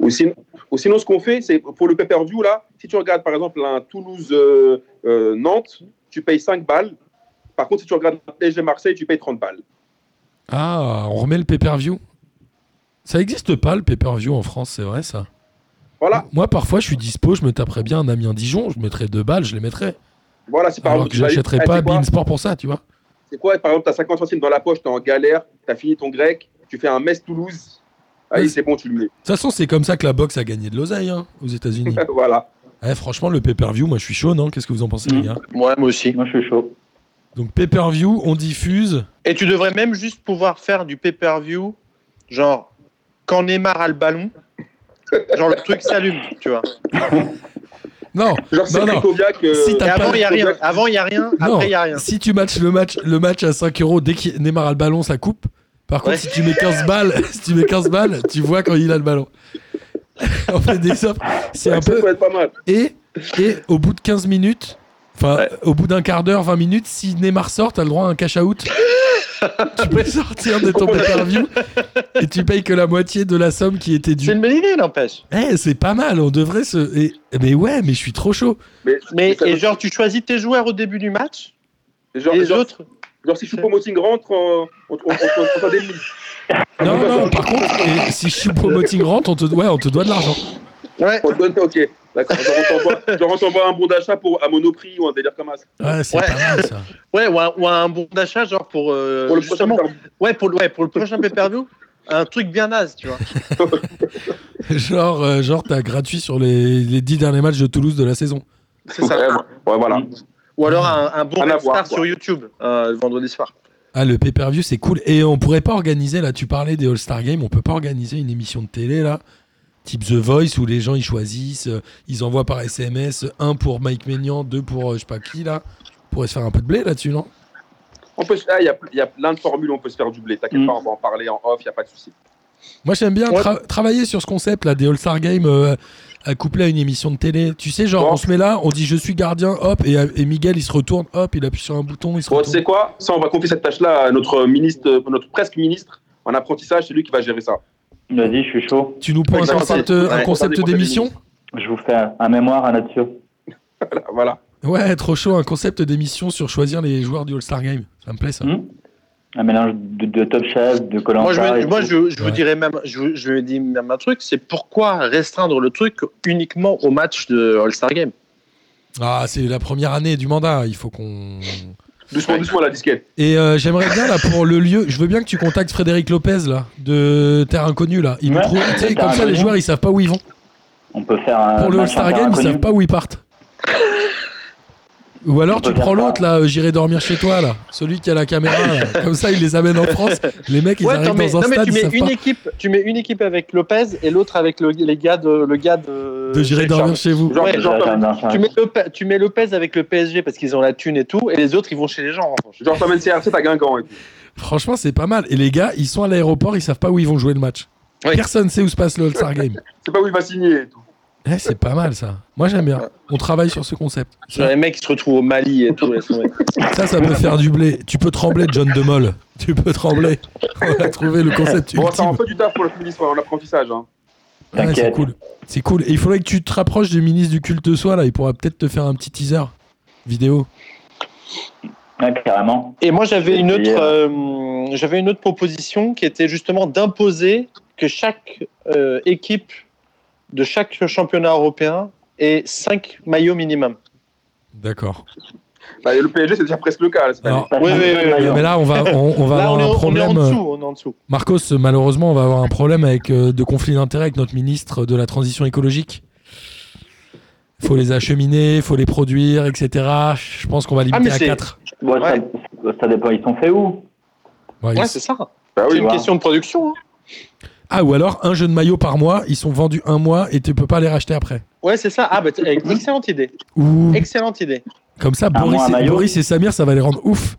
S2: Ou sinon, ou sinon, ce qu'on fait, c'est pour le pay-per-view, là, si tu regardes par exemple un Toulouse-Nantes, tu payes 5 balles. Par contre, si tu regardes un PSG Marseille, tu payes 30 balles.
S4: Ah, on remet le pay-per-view Ça existe pas le pay-per-view en France, c'est vrai ça
S2: Voilà,
S4: Moi, parfois, je suis dispo, je me taperais bien un Amiens-Dijon, je mettrais deux balles, je les mettrais.
S2: voilà c'est par
S4: Alors
S2: exemple.
S4: que
S2: tu vas aller-
S4: j'achèterais
S2: Ah,
S4: pas
S2: c'est quoi
S4: Beansport pour ça, tu vois.
S2: C'est quoi Par exemple, tu as 50 centimes dans la poche, tu es en galère, tu as fini ton grec, tu fais un Metz-Toulouse. Allez,
S4: Oui.
S2: c'est bon, tu le mets.
S4: De toute façon, c'est comme ça que la boxe a gagné de l'oseille hein, aux États-Unis.
S2: voilà.
S4: Eh, franchement, le pay-per-view, moi je suis chaud, non Qu'est-ce que vous en pensez, les
S6: Mm.
S4: gars
S5: Moi, moi aussi.
S6: Moi, je suis chaud.
S4: Donc, pay-per-view, on diffuse.
S5: Et tu devrais même juste pouvoir faire du pay-per-view, genre quand Neymar a le ballon, genre le truc s'allume, tu vois.
S4: Non,
S2: Genre, c'est
S4: Non, non.
S2: Krakowiak, euh,
S4: Si
S5: Et
S4: t'as-
S5: avant, il n'y a rien.
S2: Krakowiak,
S5: Avant, il n'y a rien.
S4: Non.
S5: Après, il n'y a rien.
S4: si tu matches le match, le match à 5 euros, dès que Neymar a le ballon, ça coupe. Par contre,
S5: Ouais.
S4: si tu mets 15 balles, si tu mets 15 balles, tu vois quand il a le ballon. on fait des offres. C'est un
S2: ça
S4: peu.
S2: peut être pas mal.
S4: Et, et au bout de 15 minutes, enfin,
S5: Ouais.
S4: au bout d'un quart d'heure, 20 minutes, si Neymar sort, t'as le droit à un cash out. tu peux sortir de ton pay-per-view et tu payes que la moitié de la somme qui était due.
S5: C'est une bonne idée, n'empêche.
S4: Eh, c'est pas mal, on devrait se. et- Mais ouais, mais je suis trop chaud.
S2: Mais,
S5: Mais
S2: ça-
S5: et genre, tu choisis tes joueurs au début du match,
S2: genre,
S5: les
S2: genre-
S5: autres.
S2: genre, si Choupo-Moting rentre, euh, on, on, on, on, on t'indemnise.
S4: Non, non, par contre, et si Choupo-Moting rentre, on te, ouais, on te doit de l'argent.
S5: Ouais.
S2: On te donne- ok, d'accord. Genre, on t'envoie- genre, on t'envoie un bon d'achat pour à Monoprix ou un délire comme ça.
S4: Ouais, c'est
S5: Ouais.
S4: pas mal ça.
S5: Ouais, ou un, ou un bon d'achat, genre pour, euh,
S2: Pour le prochain
S5: justement.
S2: pay-per-view.
S5: ouais, pour, le- ouais, pour le prochain pay-per-view, un truc bien naze, tu vois.
S4: Genre, euh, genre t'as gratuit sur les, les 10 derniers matchs de Toulouse de la saison.
S5: C'est ça.
S2: Ouais, ouais, voilà.
S5: Ou alors un, un bon
S2: Rien à
S5: Red
S2: voir,
S5: Star
S2: quoi.
S5: sur YouTube euh, le vendredi soir.
S4: Ah, le pay-per-view, c'est cool. Et on pourrait pas organiser, là, tu parlais des All-Star Games, on peut pas organiser une émission de télé, là, type The Voice, où les gens, ils choisissent, euh, ils envoient par SMS, un pour Mike Maignan, deux pour euh, je sais pas qui, là. On pourrait se faire un peu de blé là-dessus, non
S2: On peut, se- ah, il y a, il y a plein de formules, on peut se faire du blé. T'inquiète
S6: Mm.
S2: pas, on va en parler en off, il n'y a pas de souci.
S4: Moi, j'aime bien
S5: Ouais.
S4: tra- travailler sur ce concept, là, des All-Star Games euh, à couplé à une émission de télé. Tu sais, genre,
S2: Bon.
S4: on se met là, on dit je suis gardien, hop, et, euh, et Miguel, il se retourne, hop, il appuie sur un bouton, il se
S2: Bon, tu
S4: retourne.
S2: sais quoi Ça, on va confier cette tâche-là à notre ministre, euh, notre presque ministre en apprentissage, c'est lui qui va gérer ça.
S6: Vas-y, je suis chaud.
S4: Tu nous prends un
S2: Ouais,
S4: concept,
S2: ouais,
S4: euh, un
S2: ouais,
S4: concept
S2: ouais, ouais,
S4: d'émission
S6: Je vous fais un mémoire là-dessus.
S2: Voilà, Voilà.
S4: Ouais, trop chaud, un concept d'émission sur choisir les joueurs du All-Star Game. Ça me plaît ça.
S6: Hmm un mélange de, de Top Chef, de
S5: Moi, je,
S6: Colanta.
S5: me- moi, je, je
S4: Ouais.
S5: vous dirais même, je, vous- je vous dis même un truc, c'est pourquoi restreindre le truc uniquement au match de All-Star Game
S4: Ah, c'est la première année du mandat, il faut qu'on.
S2: Doucement, doucement, la disquette.
S4: Et euh, j'aimerais bien là pour le lieu, je veux bien que tu contactes Frédéric Lopez là, de Terre Inconnue là. Il nous
S6: Ouais,
S4: trouve- tu sais,
S6: Terre
S4: comme ça les
S6: Inconnue.
S4: joueurs ils savent pas où ils vont.
S6: On peut faire un
S5: Ah,
S4: pour le
S6: match
S4: All-Star
S6: inter-
S4: Game ils
S6: inconnu.
S4: savent pas où ils partent. Ou alors tu
S6: Regarde
S4: prends
S6: pas.
S4: l'autre là, euh, j'irai dormir chez toi là, celui qui a la caméra là. Comme ça, il les amène en France. Les mecs, ils
S5: Ouais,
S4: arrivent
S5: attends, mais-
S4: dans un
S5: non, mais
S4: stade,
S5: tu
S4: ils
S5: mets
S4: savent
S5: une
S4: pas.
S5: équipe, tu mets une équipe avec Lopez et l'autre avec le, les gars de, le gars de.
S4: De j'irai
S5: Jack
S4: dormir
S5: Charles.
S4: chez vous.
S2: Genre,
S5: Ouais,
S2: genre,
S6: J'attends
S2: t'emmènes-
S6: d'un cinq.
S5: Tu mets, Lope- tu mets Lopez avec le PSG parce qu'ils ont la thune et tout, et les autres ils vont chez les gens. en revanche.
S2: genre, t'emmènes CR7 à Guingamp. et tout.
S4: Franchement, c'est pas mal. Et les gars, ils sont à l'aéroport, ils savent pas où ils vont jouer le match.
S5: Ouais.
S4: Personne sait où se passe le All-Star Game.
S2: C'est pas où il va signer. et tout.
S4: Eh, c'est pas mal ça. Moi, j'aime bien. On travaille sur ce concept.
S5: Genre, les mecs qui se retrouvent au Mali et tout. et sont-
S4: Ça, ça peut faire du blé. Tu peux trembler, John Demolle. Tu peux trembler. On a trouvé le concept
S2: Bon, ça
S4: ultime.
S2: rend pas du taf pour le ministre en apprentissage. Hein.
S4: Ouais, c'est
S6: T'inquiète.
S4: cool. C'est cool. Et il faudrait que tu te rapproches du ministre du culte de soi là. Il pourra peut-être te faire un petit teaser vidéo.
S6: Ouais, carrément.
S5: Et moi j'avais une autre,
S6: Yeah.
S5: euh, j'avais une autre proposition qui était justement d'imposer que chaque euh, équipe de chaque championnat européen ait 5 maillots minimum.
S4: D'accord.
S2: Bah, et le PSG, c'est déjà presque le cas. Là, cette année.
S4: Alors,
S5: Oui, oui, oui, oui.
S4: mais là, on va, on, on va
S5: Là,
S4: avoir
S5: on est,
S4: un
S5: en- on est en
S4: problème. euh,
S5: dessous, on est en dessous.
S4: Marcos, malheureusement, on va avoir un problème avec euh, de conflit d'intérêt avec notre ministre de la transition écologique. Il faut les acheminer, il faut les produire, etc. Je pense qu'on va limiter
S5: Ah, mais
S4: à
S5: c'est-
S4: 4.
S6: Bon, ça- Ça dépend, ils sont faits où
S5: Ouais, c'est ça.
S2: Bah
S5: C'est
S2: oui,
S5: Ah une
S6: voilà.
S5: question de production. hein.
S4: Ah, ou alors un jeu de maillot par mois, ils sont vendus un mois et tu peux pas les racheter après.
S5: Ouais, c'est ça. Ah, bah, t- excellente idée.
S4: Ou
S5: Excellente idée.
S4: comme ça,
S6: Un
S4: Boris
S6: mois, Ah, un
S4: et,
S6: maillot.
S4: Boris et Samir, ça va les rendre ouf.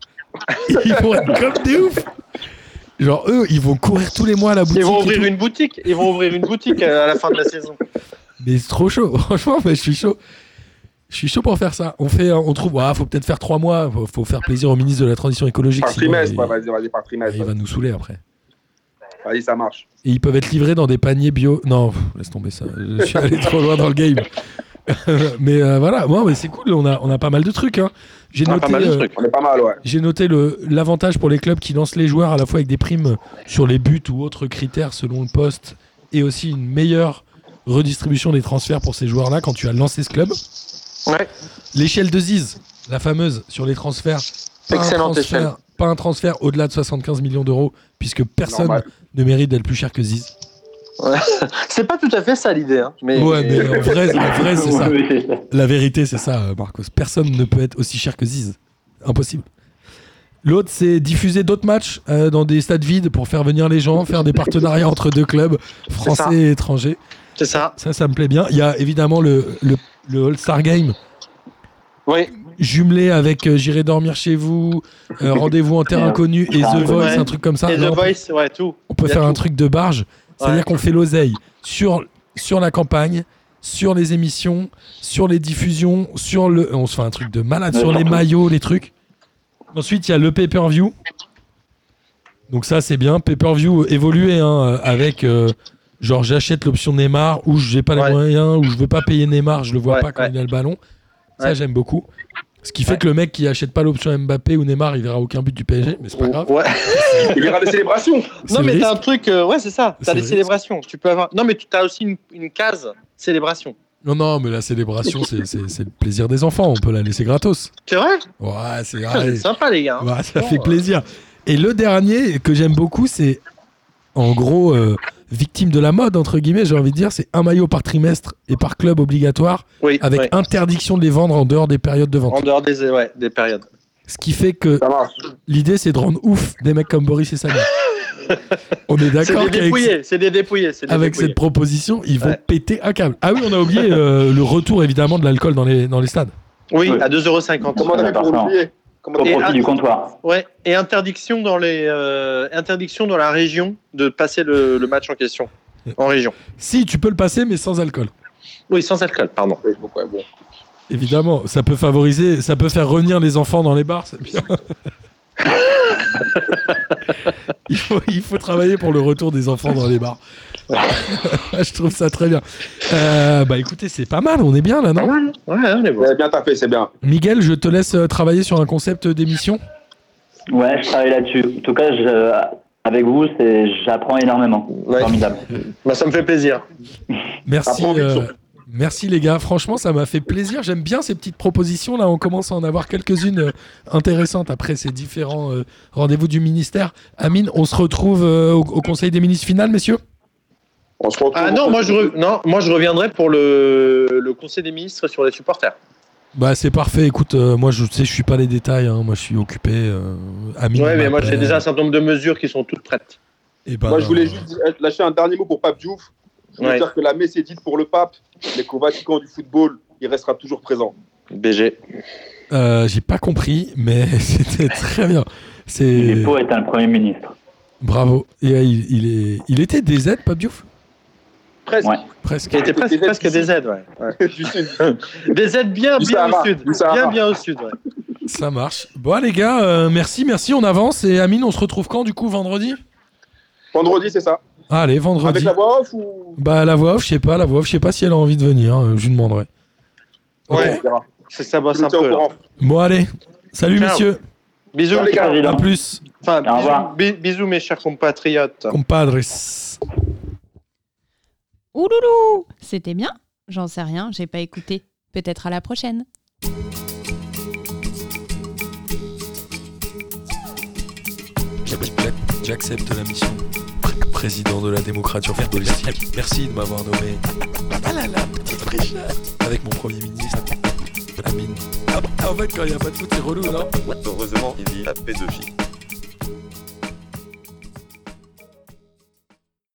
S4: Ils vont être comme des ouf. Genre, eux, ils vont courir tous les mois à la boutique.
S5: Ils vont
S4: et
S5: ouvrir
S4: tout.
S5: une boutique. Ils vont ouvrir une boutique euh, à la fin de la saison.
S4: Mais c'est trop chaud. Franchement, mais je suis chaud. Je suis chaud pour faire ça. On fait, on trouve. Ah, faut peut-être faire trois mois. Faut, faut faire plaisir au ministre de la transition écologique.
S2: par
S4: sinon,
S2: trimestre.
S4: il-
S2: ouais, Vas-y, vas-y, par
S4: il
S2: trimestre.
S4: va nous saouler après.
S2: Vas-y, ça marche.
S4: Et ils peuvent être livrés dans des paniers bio. Non, pff, laisse tomber ça. Je suis allé trop loin dans le game. mais euh, voilà, bon, mais c'est cool. On a, on a pas mal de trucs. hein. J'ai
S5: On a pas
S4: noté,
S5: mal de
S4: euh,
S5: trucs.
S2: On est pas mal, ouais.
S4: j'ai noté le- l'avantage pour les clubs qui lancent les joueurs à la fois avec des primes sur les buts ou autres critères selon le poste et aussi une meilleure redistribution des transferts pour ces joueurs-là quand tu as lancé ce club.
S5: Ouais.
S4: L'échelle de Ziz, la fameuse sur les transferts. Pas un
S5: Excellente
S4: transfert-
S5: échelle.
S4: Pas un transfert au-delà de 75 millions d'euros puisque personne
S2: Normal.
S4: ne mérite d'être plus cher que Ziz.
S5: C'est pas tout à fait ça l'idée. hein, Mais,
S4: Ouais, mais en vrai, en vrai, c'est ça.
S6: Oui, oui, c'est ça.
S4: La vérité, c'est ça, euh, Marcos. Personne ne peut être aussi cher que Ziz. Impossible. L'autre, c'est diffuser d'autres matchs euh, dans des stades vides pour faire venir les gens, faire des partenariats entre deux clubs
S5: ça.
S4: français et étrangers.
S5: C'est ça.
S4: Ça, ça me plaît bien. Il y a évidemment le, le, le All-Star Game
S5: Oui.
S4: jumelé avec euh, J'irai dormir chez vous, euh, Rendez-vous en terre inconnue et The Voice,
S5: Ouais.
S4: un truc comme ça.
S5: Et
S4: Non,
S5: The Voice, ouais, tout.
S4: on peut
S5: Y a
S4: faire un
S5: tout.
S4: truc de barge, c'est-à-dire
S5: Ouais.
S4: qu'on fait l'oseille sur, sur la campagne, sur les émissions, sur les diffusions, sur le. On se fait un truc de malade,
S6: Ouais,
S4: sur les
S6: partout.
S4: maillots, les trucs. Ensuite, il y a le pay-per-view. Donc, ça, c'est bien. Pay-per-view évolué hein, euh, avec. euh, genre, j'achète l'option Neymar ou j'ai pas les
S5: Ouais.
S4: moyens ou je veux pas payer Neymar, je le vois
S5: Ouais,
S4: pas quand
S5: ouais.
S4: il a le ballon. Ça,
S5: Ouais.
S4: j'aime beaucoup. Ce qui fait
S5: Ouais.
S4: que le mec qui achète pas l'option Mbappé ou Neymar, il verra aucun but du PSG, mais c'est pas grave.
S5: Ouais.
S2: Il ira des célébrations.
S4: C'est
S5: Non,
S4: le
S5: mais t'as
S4: risque.
S5: un truc. euh, ouais, c'est ça.
S4: C'est
S5: T'as des
S4: le
S5: célébrations. Tu peux avoir. Non, mais tu as aussi une, une case célébration.
S4: Non, non, mais la célébration, c'est c'est- c'est le plaisir des enfants. On peut la laisser gratos.
S5: C'est vrai
S4: Ouais, c'est
S5: Putain,
S4: ouais,
S5: Ah, C'est sympa, les gars. hein.
S4: Ah ouais, ça
S5: Bon,
S4: fait
S5: euh.
S4: plaisir. Et le dernier que j'aime beaucoup, c'est en gros euh, victime de la mode entre guillemets. J'ai envie de dire, c'est un maillot par trimestre et par club obligatoire,
S5: Oui,
S4: avec
S5: ouais.
S4: interdiction de les vendre en dehors des périodes de
S5: En
S4: vente.
S5: dehors des, ouais, des périodes.
S4: Ce qui fait que
S2: Ça marche.
S4: l'idée, c'est de rendre ouf des mecs comme Boris et Samir. On est
S5: C'est
S4: d'accord
S5: des
S4: qu'avec
S5: dépouillés. C'est des dépouillés. c'est des
S4: avec
S5: dépouillés.
S4: cette proposition, ils vont
S5: Ouais.
S4: péter un câble. Ah oui, on a oublié euh, le retour évidemment de l'alcool dans les dans les stades.
S5: Oui,
S6: Ouais.
S5: à 2,50€.
S2: Comment on a fait pour oublier Comment
S6: Au
S5: Et
S2: t'as-
S5: un-
S6: profit du comptoir.
S5: Ouais, et interdiction dans, les, euh, interdiction dans la région de passer le, le match en question. En région.
S4: Si, tu peux le passer, mais sans alcool.
S5: Oui, sans alcool, pardon.
S2: Ouais, bon, ouais, bon.
S4: Évidemment, ça peut favoriser, ça peut faire revenir les enfants dans les bars, c'est bien. il, faut, il faut travailler pour le retour des enfants dans les bars. Je trouve ça très bien. Euh, bah écoutez, c'est pas mal, on est bien là, non
S5: ouais, on est bon.
S2: Ouais, bien tapé, c'est bien.
S4: Miguel, je te laisse euh, travailler sur un concept d'émission.
S6: Ouais, je travaille là-dessus. En tout cas, je- avec vous, c'est- j'apprends énormément.
S5: Ouais.
S6: Formidable.
S5: Bah, ça me fait plaisir.
S4: Merci.
S2: Apprends vite,
S4: euh,
S2: surtout.
S4: Merci les gars, franchement ça m'a fait plaisir, j'aime bien ces petites propositions là, on commence à en avoir quelques-unes euh, intéressantes après ces différents euh, rendez-vous du ministère. Amine, on se retrouve euh, au, au Conseil des ministres final messieurs
S2: On se retrouve.
S5: Ah non, moi je, re- non, moi je reviendrai pour le, le Conseil des ministres sur les supporters.
S4: Bah c'est parfait. Écoute, euh, moi je sais, je suis pas les détails. hein. Moi je suis occupé. euh, Amine
S5: Ouais, mais moi j'ai
S4: m'appelle.
S5: déjà un certain nombre de mesures qui sont toutes prêtes.
S4: Et ben,
S2: Moi, je voulais juste lâcher un dernier mot pour Pape Diouf. Je voulais
S5: Ouais.
S2: dire que la messe est dite pour le pape, mais qu'au Vatican du football, il restera toujours présent.
S5: BG.
S4: euh, j'ai pas compris, mais c'était très bien. C'est
S6: Filippo est un Premier ministre.
S4: bravo. Et, euh, il, il est, il était des aides, Pape Diouf
S5: Presque.
S6: Ouais.
S4: Presque.
S5: Qui était presque,
S2: Des aides
S5: presque
S2: du
S5: des aides, ouais.
S2: Du Sud.
S5: Ouais. Des aides bien,
S2: Du
S5: bien
S2: Sahara,
S5: au sud.
S2: du Sahara.
S5: Bien, bien au sud, ouais.
S4: Ça marche. Bon les gars, euh, merci, merci. On avance. Et Amine, on se retrouve quand du coup vendredi Ah,
S2: Vendredi, c'est ça
S4: Allez, vendredi.
S2: Avec la voix off ou.
S4: Bah la voix off, je sais pas, la voix off, je sais pas si elle a envie de venir, euh, je lui demanderai.
S5: Ouais.
S2: On verra.
S5: Ça, ça
S2: Je
S5: bosse
S2: vous
S5: un
S2: tiens au
S5: peu. là.
S2: courant.
S4: Bon allez, salut
S5: Ciao.
S4: messieurs,
S5: Bisous,
S2: Ciao, les gars.
S4: à
S6: Président.
S4: plus,
S5: enfin,
S6: Au revoir.
S5: bisous, bi- bisous, mes chers compatriotes.
S4: compadres.
S3: Ouloulou C'était bien J'en sais rien, j'ai pas écouté. Peut-être à la prochaine.
S1: J'ac- j'ac- J'accepte la mission. Président de la démocratie politique. Merci de m'avoir nommé. Ah là là, petite fraîche. Avec mon premier ministre. Amine. Ah, en fait, quand il n'y a pas de foot, c'est relou, non
S7: Heureusement, il y a la pédophilie.